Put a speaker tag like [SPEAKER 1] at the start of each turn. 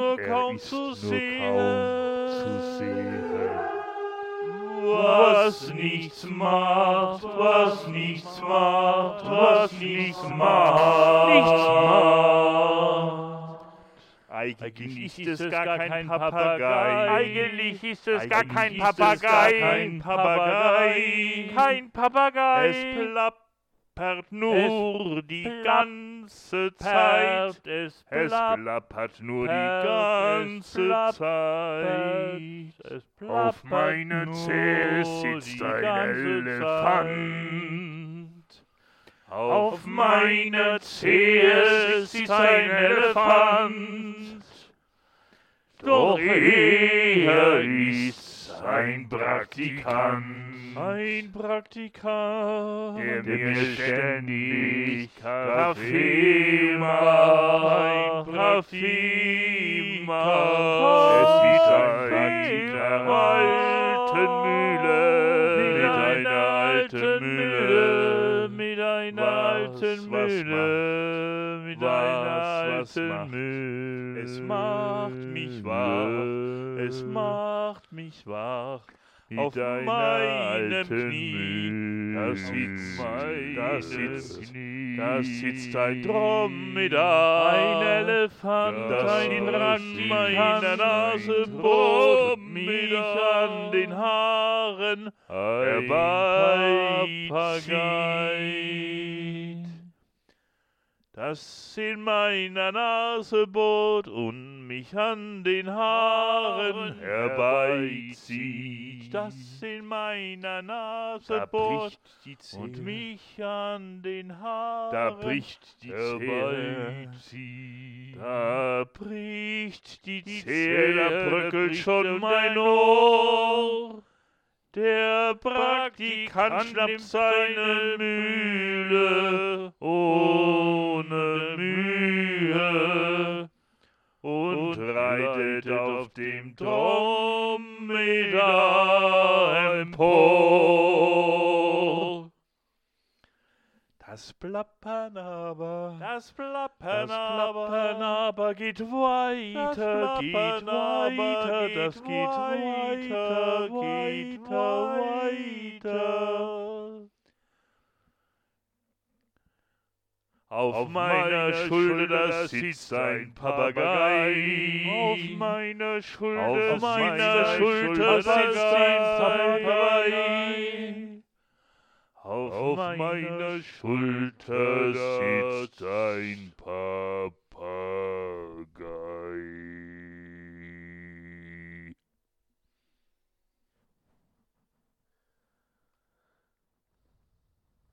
[SPEAKER 1] ist nur kaum zu sehen.
[SPEAKER 2] was nichts macht, was nichts macht, was nichts macht.
[SPEAKER 1] Nichts
[SPEAKER 2] macht.
[SPEAKER 1] Eigentlich
[SPEAKER 2] Eigentlich ist es gar kein Papagei.
[SPEAKER 1] Eigentlich ist es gar kein
[SPEAKER 2] Eigentlich ist es gar kein
[SPEAKER 1] Papagei.
[SPEAKER 2] Papagei.
[SPEAKER 1] Kein Papagei.
[SPEAKER 2] Es plappert nur
[SPEAKER 1] nur die
[SPEAKER 2] die
[SPEAKER 1] ganze
[SPEAKER 2] Zeit.
[SPEAKER 1] Zeit. Es
[SPEAKER 2] Es plappert nur die ganze
[SPEAKER 1] plappert,
[SPEAKER 2] Zeit.
[SPEAKER 1] Es
[SPEAKER 2] Auf
[SPEAKER 1] plappert
[SPEAKER 2] meiner
[SPEAKER 1] nur
[SPEAKER 2] Zehe sitzt
[SPEAKER 1] die
[SPEAKER 2] ein
[SPEAKER 1] ganze
[SPEAKER 2] Elefant.
[SPEAKER 1] Auf meiner Zehe sitzt ein Elefant.
[SPEAKER 2] Doch
[SPEAKER 1] Doch
[SPEAKER 2] er
[SPEAKER 1] er
[SPEAKER 2] ist ein Praktikant.
[SPEAKER 1] Ein Praktikant,
[SPEAKER 2] der mir ständig
[SPEAKER 1] Kaffee
[SPEAKER 2] Kaffee macht.
[SPEAKER 1] macht. Ein
[SPEAKER 2] Ein Kaffee
[SPEAKER 1] Kaffee
[SPEAKER 2] macht.
[SPEAKER 1] macht.
[SPEAKER 2] Es sieht ein
[SPEAKER 1] Kaffee
[SPEAKER 2] alten Mühle
[SPEAKER 1] mit einer alten Mühle,
[SPEAKER 2] Mühle.
[SPEAKER 1] mit einer alten Mühle,
[SPEAKER 2] Was, was
[SPEAKER 1] mit einer
[SPEAKER 2] Was, was macht?
[SPEAKER 1] alten Mühle.
[SPEAKER 2] Es macht mich wach.
[SPEAKER 1] Es macht mich wach.
[SPEAKER 2] Auf
[SPEAKER 1] Auf
[SPEAKER 2] meinem
[SPEAKER 1] meinem
[SPEAKER 2] Knie,
[SPEAKER 1] Knie,
[SPEAKER 2] da
[SPEAKER 1] da
[SPEAKER 2] sitzt,
[SPEAKER 1] sitzt-
[SPEAKER 2] da
[SPEAKER 1] da
[SPEAKER 2] sitzt,
[SPEAKER 1] sitzt-
[SPEAKER 2] da
[SPEAKER 1] Da
[SPEAKER 2] sitzt
[SPEAKER 1] sitzt
[SPEAKER 2] ein
[SPEAKER 1] ein
[SPEAKER 2] Dromedar,
[SPEAKER 1] Dromedar, Mm. ein Elefant,
[SPEAKER 2] das
[SPEAKER 1] ein
[SPEAKER 2] sieht
[SPEAKER 1] Rand meiner
[SPEAKER 2] ein
[SPEAKER 1] Nase
[SPEAKER 2] Dromedar
[SPEAKER 1] bot mich an den Haaren
[SPEAKER 2] herbeizieht.
[SPEAKER 1] herbeizieht. Das in meiner Nase bot und mich an den Haaren herbeizieht. Das in meiner Nase
[SPEAKER 2] da
[SPEAKER 1] bot
[SPEAKER 2] bricht die Zähne,
[SPEAKER 1] und mich an den Haaren Äh,
[SPEAKER 2] da bricht die Zähne,
[SPEAKER 1] herbeizieht.
[SPEAKER 2] da
[SPEAKER 1] Da bricht die
[SPEAKER 2] Die
[SPEAKER 1] Zähne,
[SPEAKER 2] Zähne
[SPEAKER 1] bröckelt
[SPEAKER 2] bricht
[SPEAKER 1] schon
[SPEAKER 2] und
[SPEAKER 1] mein
[SPEAKER 2] ein
[SPEAKER 1] Ohr. Der
[SPEAKER 2] Praktikant
[SPEAKER 1] Praktikant
[SPEAKER 2] nimmt
[SPEAKER 1] schnappt
[SPEAKER 2] seine
[SPEAKER 1] seine Mühle ohne Mühe und reitet auf dem Dromedar empor. Das Plappern aber,
[SPEAKER 2] das
[SPEAKER 1] das
[SPEAKER 2] Plappern
[SPEAKER 1] Plappern
[SPEAKER 2] aber,
[SPEAKER 1] aber geht weiter,
[SPEAKER 2] Das
[SPEAKER 1] geht
[SPEAKER 2] Plappern aber
[SPEAKER 1] weiter,
[SPEAKER 2] geht
[SPEAKER 1] das geht
[SPEAKER 2] weiter,
[SPEAKER 1] weiter,
[SPEAKER 2] geht
[SPEAKER 1] geht weiter. Auf,
[SPEAKER 2] Auf meiner
[SPEAKER 1] meiner
[SPEAKER 2] Schulter,
[SPEAKER 1] Schulter
[SPEAKER 2] da
[SPEAKER 1] da sitzt ein Papagei.
[SPEAKER 2] Auf
[SPEAKER 1] meiner Schulter,
[SPEAKER 2] Auf
[SPEAKER 1] auf
[SPEAKER 2] meiner
[SPEAKER 1] meiner Schulter
[SPEAKER 2] Schulter
[SPEAKER 1] da sitzt ein Papagei. Auf
[SPEAKER 2] meiner
[SPEAKER 1] meiner Schulter
[SPEAKER 2] Schulter
[SPEAKER 1] sitzt ein